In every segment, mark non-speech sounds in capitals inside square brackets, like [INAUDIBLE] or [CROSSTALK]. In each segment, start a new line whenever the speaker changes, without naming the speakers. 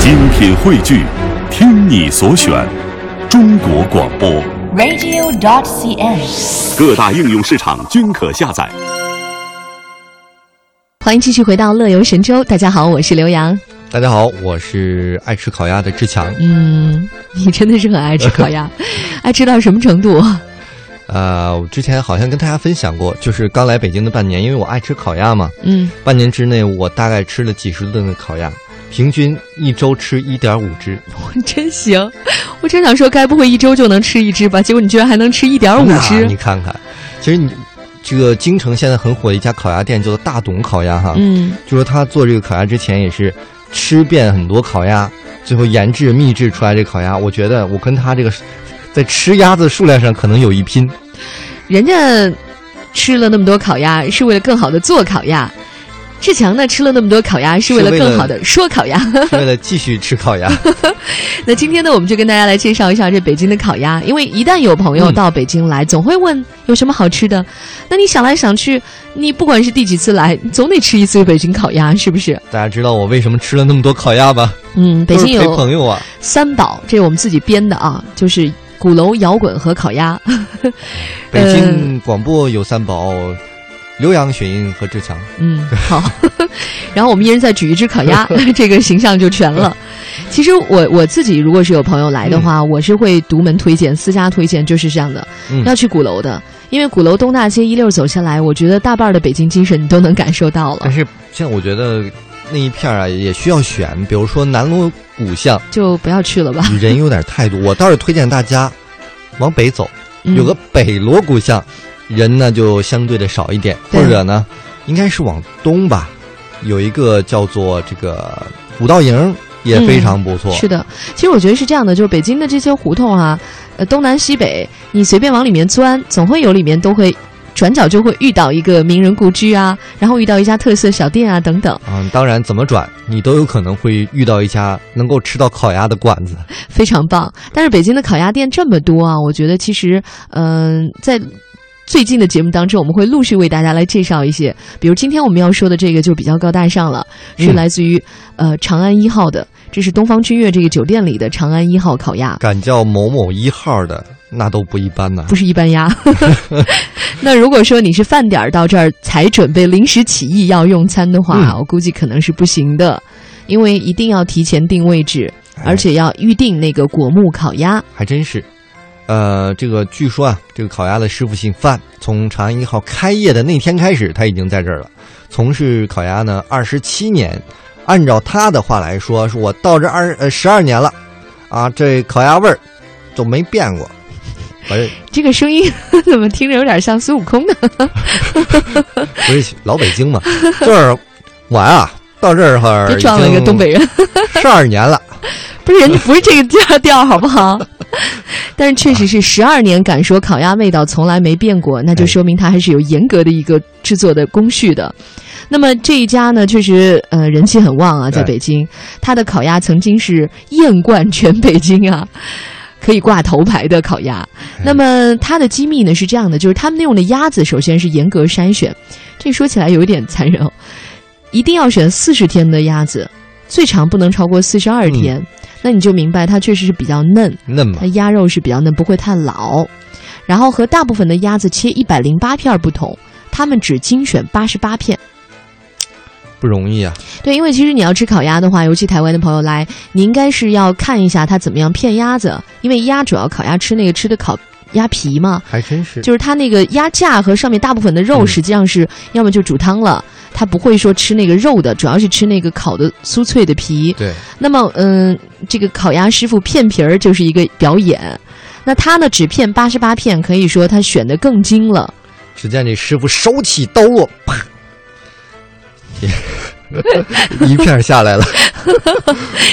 精品汇聚，听你所选，中国广播。
radio.cn。
各大应用市场均可下载。
欢迎继续回到乐游神州，大家好，我是刘洋。
大家好，我是爱吃烤鸭的志强。
嗯，你真的是很爱吃烤
[LAUGHS]
鸭，爱吃到什么程度？
呃，我之前好像跟大家分享过，就是刚来北京的半年，因为我爱吃烤鸭嘛，
嗯，
半年之内我大概吃了几十顿的烤鸭，平均一周吃一点五只，
我真行，我真想说，该不会一周就能吃一只吧？结果你居然还能吃一啊点五
那
只
你，看看，其实你这个京城现在很火的一家烤鸭店叫做大董烤鸭哈，
嗯，
就说他做这个烤鸭之前也是吃遍很多烤鸭，最后研制秘制出来这烤鸭，我觉得我跟他这个在吃鸭子数量上可能有一拼。
人家吃了那么多烤鸭，是为了更好的做烤鸭。志强呢，吃了那么多烤鸭，是为了
是为了
更好的说烤鸭。
是为了继续吃烤鸭，
那今天呢，我们就跟大家来介绍一下这北京的烤鸭，因为一旦有朋友
嗯
到北京来，总会问有什么好吃的。那你想来想去，你不管是第几次来，你总得吃一次北京烤鸭，是不是？
大家知道我为什么吃了那么多烤鸭吗？
嗯，北京
都是陪
有呃
朋友啊，
三宝，这是我们自己编的啊，就是鼓楼摇滚和烤鸭。
北京广播有三宝，刘洋、雪印和志强。
嗯，好。 [LAUGHS] 然后我们一人再举一只烤
[LAUGHS]
鸭，这个形象就全了。
嗯
其实我我自己如果是有朋友来的话，我是会独门推荐、私家推荐，就是这样的，
嗯
要去鼓楼的，因为鼓楼东大街一溜走下来，我觉得大半儿的北京精神你都能感受到了
但。是现在我觉得那一片儿啊也需要选，比如说南锣鼓
[LAUGHS]
巷
就不要去了吧。
人有点太多，我倒是推荐大家往北走，有个
嗯、
北锣鼓巷，人呢就相对的少一点，
对
或者呢应该是往东吧，有一个叫做这个五道营也
嗯
非常不错。
是的，其实我觉得是这样的，就是北京的这些胡同啊，呃，东南西北，你随便往里面钻，总会有里面都会转角就会遇到一个名人故居啊，然后遇到一家特色小店啊等等。
嗯，当然，怎么转你都有可能会遇到一家能够吃到烤鸭的馆子。
非常棒。但是北京的烤鸭店这么多啊，我觉得其实，嗯、在最近的节目当中，我们会陆续为大家来介绍一些，比如今天我们要说的这个就比较高大上了，是
嗯
来自于、呃长安一号的，这是东方君悦这个酒店里的长安一号烤鸭，
敢叫某某一号的，那都不一般呐、
不是一般
[LAUGHS]
鸭。那如果说你是饭点儿到这儿才准备临时起意要用餐的话，
嗯
我估计可能是不行的，因为一定要提前定位置，
哎
而且要预定那个果木烤鸭。
还真是。呃，这个据说啊，这个烤鸭的师傅姓范，从长安一号开业的那天开始，他已经在这儿了，从事烤鸭呢二十七年。按照他的话来说，是我到这二呃十二年了，啊，这烤鸭味儿就没变
[LAUGHS]
过。反正
这个声音 [LAUGHS] 怎么听着有点像孙悟空呢？
不是老北京嘛，就是我啊，到这儿
[LAUGHS]
会儿
别撞了一个东北人，
十二年了，
不是人家不是这个调调，好不好？ [LAUGHS] 但是确实是十二年，敢说烤鸭味道从来没变过，那就说明它还是有严格的一个制作的工序的。那么这一家呢，确实呃人气很旺啊，在
对
北京，它的烤鸭曾经是艳冠全北京啊。可以挂头牌的烤鸭，那么它的机密呢是这样的，就是他们用的鸭子首先是严格筛选，这说起来有一点残忍哦，一定要选四十天的鸭子，最长不能超过四十二
嗯
天，那你就明白它确实是比较嫩，
嫩嘛
它，鸭肉是比较嫩，不会太老。然后和大部分的鸭子切一百零八片儿不同，他们只精选八十八片。
不容易啊。
对，因为其实你要吃烤鸭的话，尤其台湾的朋友来，你应该是要看一下它怎么样片鸭子，因为鸭主要烤鸭吃那个吃的烤鸭皮嘛，
还真是。
就是它那个鸭架和上面大部分的肉，
嗯
实际上是要么就煮汤了，它不会说吃那个肉的，主要是吃那个烤的酥脆的皮。
对，
那么，嗯，这个烤鸭师傅片皮儿就是一个表演，那他呢只片八十八片，可以说他选的更精了。
只见这师傅手起刀落，啪， [LAUGHS] 一一片儿
[LAUGHS]
下来了，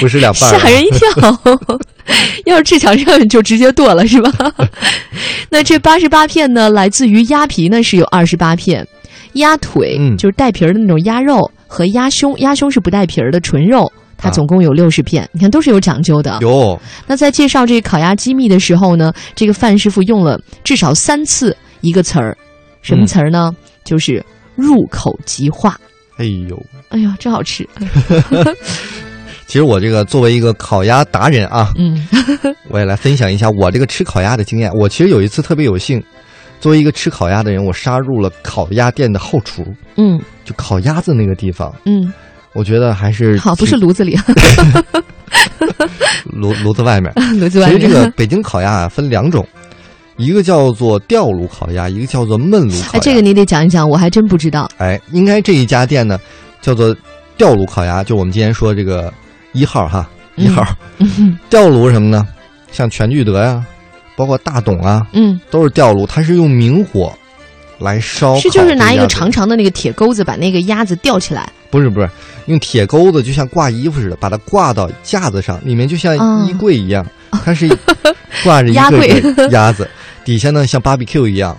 不是两半儿啊
吓人一跳。
[LAUGHS]
要是这场上就直接剁了是吧？那这八十八片呢，来自于鸭皮呢是有二十八片，鸭腿、
嗯
就是带皮儿的那种鸭肉和鸭胸，鸭胸是不带皮儿的纯肉。它
啊
总共有六十片，你看都是有讲究的
啊。哟，
那在介绍这个烤鸭机密的时候呢，这个范师傅用了至少三次一个词儿，什么
嗯
词儿呢？就是入口即化。
哎呦，
哎呀，真好吃！
其实我这个作为一个烤鸭达人啊，
嗯，
我也来分享一下我这个吃烤鸭的经验。我其实有一次特别有幸，作为一个吃烤鸭的人，我杀入了烤鸭店的后厨，
嗯
就烤鸭子那个地方，
嗯，
我觉得还是
好，不是炉子里， [LAUGHS]
炉炉子外面。
炉子
其
外
实
面。
这
[LAUGHS]
个北京烤鸭啊分两种，一个叫做吊炉烤鸭，一个叫做焖炉烤
哎，
鸭。
这个你得讲一讲，我还真不知道。
哎，应该这一家店呢叫做吊炉烤鸭，就我们今天说这个一号哈，一号、
嗯哼
吊炉什么呢？像全聚德呀、包括大董啊，
嗯，
都是吊炉，它是用明火来烧烤
是就是拿一个
这鸭子
长，长的那个铁钩子把那个鸭子吊起来。
不是不是，用铁钩子就像挂衣服似的，把它挂到架子上，里面就像
啊
衣柜一样，它是
[LAUGHS]
挂着一
鸭
个
柜
个鸭子，底下呢像 barbecue 一样。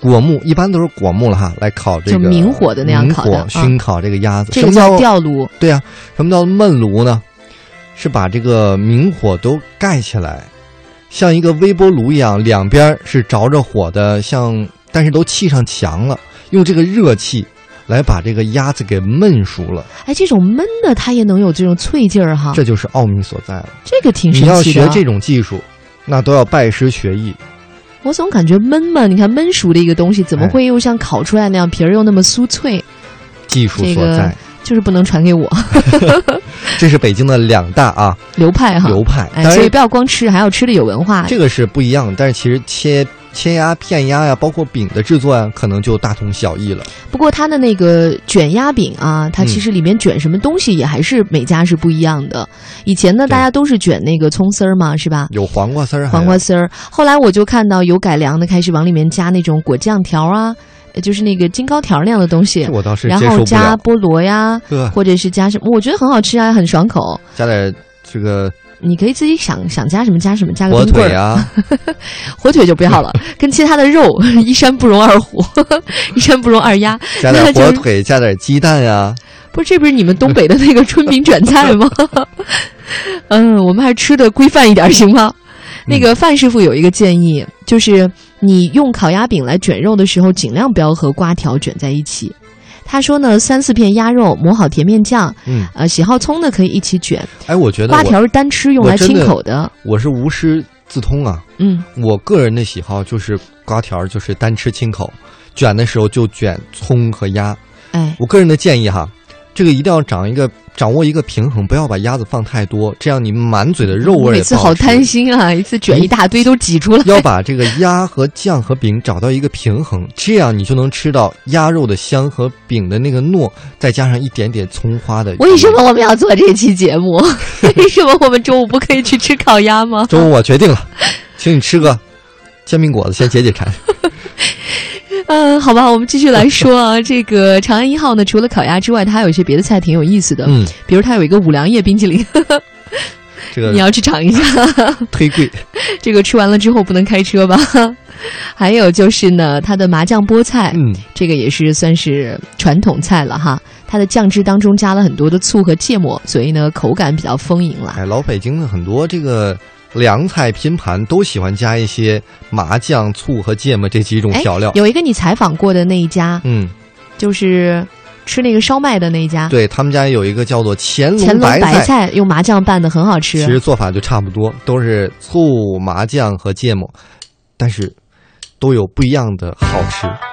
果木一般都是果木了哈，来烤这个
就明火的那样烤的
明火
啊
熏烤这个鸭子。
这个
什么
叫
叫
吊炉，
对啊，什么叫焖炉呢？是把这个明火都盖起来，像一个微波炉一样，两边儿是着着火的，像但是都砌上墙了，用这个热气来把这个鸭子给焖熟了，
哎，这种焖的它也能有这种脆劲儿哈，
这就是奥秘所在了。
这个挺
你
神
要
奇的
学
啊。
这种技术，那都要拜师学艺。
我总感觉焖嘛，你看焖熟的一个东西，怎么
哎
会又像烤出来那样，皮儿又那么酥脆？
技术
这
所
个 [LAUGHS]
在，
就是不能传给我
这是北京的两大啊
流派哈。
流派。
哎，
当
所以
然
不，要光吃，还要吃的有文化。
这个是不一样的。但是其实切切鸭、片鸭呀、包括饼的制作啊，可能就大同小异了。
不过它的那个卷鸭饼啊，它
嗯
其实里面卷什么东西也还是每家是不一样的。以前呢，
对
大家都是卷那个葱丝儿嘛，是吧？
有黄瓜丝儿，
黄瓜丝儿。后来我就看到有改良的，开始往里面加那种果酱条啊，呃就是那个金糕条那样的东西
这，我倒是
然
接受
后
不
加
了。
菠萝呀， [LAUGHS]
呃，
或者是加什么，我觉得很好吃啊，很爽口。
加点这个
你可以自己想想加什么加什么，加个
火
冰棍
腿
儿，
啊，
火腿就不要了，跟其他的肉 [LAUGHS] 一山不容二虎， [LAUGHS] 一山不容二鸭。
加
[LAUGHS] 那
点
就是
火腿，加点鸡蛋呀、
不是，这不是你们东北的那个春饼卷菜
[LAUGHS]
吗？嗯，我们还是吃的规范一点儿行吗？
嗯
那个范师傅有一个建议，就是你用烤鸭饼来卷肉的时候，尽量不要和瓜条卷在一起。他说呢，三四片鸭肉抹好甜面酱，
嗯，
呃，喜好葱的可以一起卷，
哎，我觉得
瓜
我
条是单吃用来
我真
清
的
口的。
我是无师自通啊。
嗯，
我个人的喜好就是瓜条，就是单吃清口，卷的时候就卷葱和鸭。
哎，
我个人的建议哈，这个一定要掌一个掌握一个平衡，不要把鸭子放太多，这样你满嘴的肉味儿也
每次
不
好
吃
贪心啊，一次卷一大堆都挤出来。
[LAUGHS] 要把这个鸭和酱和饼找到一个平衡，这样你就能吃到鸭肉的香和饼的那个糯，再加上一点点葱花的。
[LAUGHS] 为什么？我们要做这期节目？ [LAUGHS] 为什么我们中午不可以去吃烤鸭吗？
中午我决定了，请你吃个煎饼果子，先解解馋。
嗯，好吧，我们继续来说啊。这个长安一号呢，除了烤鸭之外，它还有一些别的菜挺有意思的，
嗯，
比如它有一个五粮液冰淇淋，
这
你
个
要去尝一下。
忒贵。
这个吃完了之后不能开车吧？ [LAUGHS] 还有就是呢，它的麻酱菠菜，
嗯，
这个也是算是传统菜了哈。它的酱汁当中加了很多的醋和芥末，所以呢口感比较丰盈啦。
哎，老北京的很多这个凉菜拼盘都喜欢加一些麻酱、醋和芥末这几种
哎
调料。
有一个你采访过的那一家，
嗯，
就是吃那个烧麦的那一家，
对他们家有一个叫做乾
乾
隆
隆
白
白
菜，
菜用麻酱拌的很好吃。
其实做法就差不多，都是醋、麻酱和芥末，但是都有不一样的好吃。